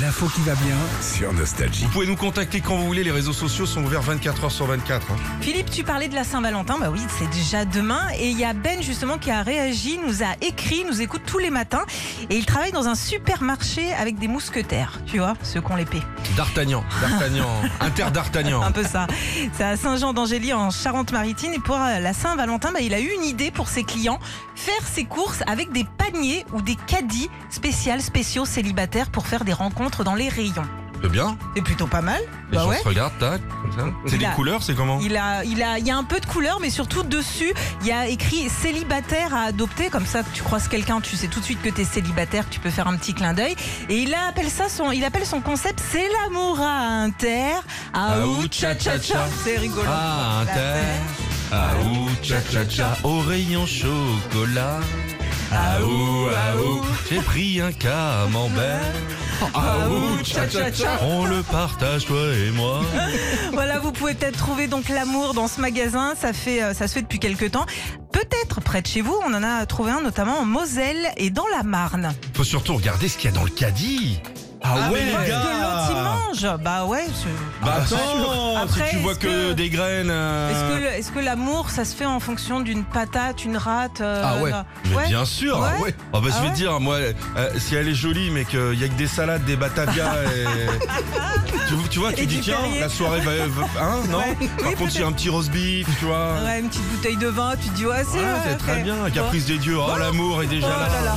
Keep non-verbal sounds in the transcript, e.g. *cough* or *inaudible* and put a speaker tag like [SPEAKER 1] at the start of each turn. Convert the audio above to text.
[SPEAKER 1] L'info qui va bien.
[SPEAKER 2] sur Nostalgie.
[SPEAKER 3] Vous pouvez nous contacter quand vous voulez, les réseaux sociaux sont ouverts 24 heures sur 24. hein.
[SPEAKER 4] Philippe, tu parlais de la Saint-Valentin, bah oui, c'est déjà demain. Et il y a Ben justement qui a réagi, nous a écrit, nous écoute tous les matins. Et il travaille dans un supermarché avec des mousquetaires, tu vois, ceux qu'on l'épée.
[SPEAKER 3] D'Artagnan,
[SPEAKER 4] *laughs*
[SPEAKER 3] D'Artagnan, Inter
[SPEAKER 4] Un
[SPEAKER 3] d'Artagnan.
[SPEAKER 4] peu ça. C'est à Saint-Jean-d'Angély en Charente-Maritime. Et pour euh, la Saint-Valentin, bah, il a eu une idée pour ses clients faire ses courses avec des paniers ou des caddies spéciales, spéciaux célibataires pour faire des rencontres dans les rayons.
[SPEAKER 3] C'est bien,
[SPEAKER 4] C'est plutôt pas mal.
[SPEAKER 3] les
[SPEAKER 4] bah
[SPEAKER 3] gens
[SPEAKER 4] ouais.
[SPEAKER 3] se regardent, tac, comme ça. C'est
[SPEAKER 4] Il
[SPEAKER 3] des
[SPEAKER 4] a-
[SPEAKER 3] couleurs, c'est comment
[SPEAKER 4] Il a, il a, il y a un peu de couleur, mais surtout dessus, il y a écrit célibataire à adopter. Comme ça, tu croises quelqu'un, tu sais tout de suite que t'es célibataire, tu peux faire un petit clin d'œil. Et il appelle ça son, il appelle son concept, c'est l'amour à inter, à
[SPEAKER 3] Ah,
[SPEAKER 4] ou
[SPEAKER 3] ou
[SPEAKER 4] cha cha cha.
[SPEAKER 3] cha.
[SPEAKER 4] C'est rigolo.
[SPEAKER 3] Ah,
[SPEAKER 4] La
[SPEAKER 3] inter.
[SPEAKER 4] paix.
[SPEAKER 3] Aou, tcha tcha tcha, au rayon chocolat. Ah,
[SPEAKER 4] Ah,
[SPEAKER 3] Aou, aou, j'ai pris un camembert.
[SPEAKER 4] Ah,
[SPEAKER 3] Aou, tcha tcha tcha, on le partage toi et
[SPEAKER 4] *laughs*
[SPEAKER 3] moi.
[SPEAKER 4] Voilà, vous pouvez peut-être trouver donc l'amour dans ce magasin. Ça fait, euh, ça se fait depuis quelques temps. Peut-être près de chez vous, on en a trouvé un notamment en Moselle et dans la Marne.
[SPEAKER 3] Faut surtout regarder ce qu'il y a dans le caddie. Ah, ouais,
[SPEAKER 4] Parce que l'on mange. Bah ouais. c'est-
[SPEAKER 3] Bah attends,
[SPEAKER 4] Après,
[SPEAKER 3] si tu vois
[SPEAKER 4] est-ce
[SPEAKER 3] que,
[SPEAKER 4] que-
[SPEAKER 3] des graines. euh,
[SPEAKER 4] Est-ce que, est-ce que l'amour, ça se fait en fonction d'une patate, une rate euh,
[SPEAKER 3] Ah ouais. Mais
[SPEAKER 4] ouais.
[SPEAKER 3] bien sûr.
[SPEAKER 4] Ouais.
[SPEAKER 3] Ah ouais. Ah bah, je
[SPEAKER 4] Ah
[SPEAKER 3] vais
[SPEAKER 4] ouais.
[SPEAKER 3] te dire, moi, euh, si elle est jolie, mais qu'il y a que des salades, des batavias et.
[SPEAKER 4] *laughs*
[SPEAKER 3] tu, tu vois, tu
[SPEAKER 4] Et
[SPEAKER 3] dis
[SPEAKER 4] du
[SPEAKER 3] tiens,
[SPEAKER 4] Perrier.
[SPEAKER 3] la soirée va. va- hein, non
[SPEAKER 4] Ouais.
[SPEAKER 3] Par
[SPEAKER 4] Oui,
[SPEAKER 3] contre, il y a un petit roast beef, tu vois.
[SPEAKER 4] Ouais, une petite bouteille de vin, tu te dis, ouais, c'est.
[SPEAKER 3] Voilà,
[SPEAKER 4] ouais,
[SPEAKER 3] c'est très
[SPEAKER 4] ok.
[SPEAKER 3] bien.
[SPEAKER 4] Bon.
[SPEAKER 3] Caprice des dieux. Oh, l'amour est déjà
[SPEAKER 4] Oh là là.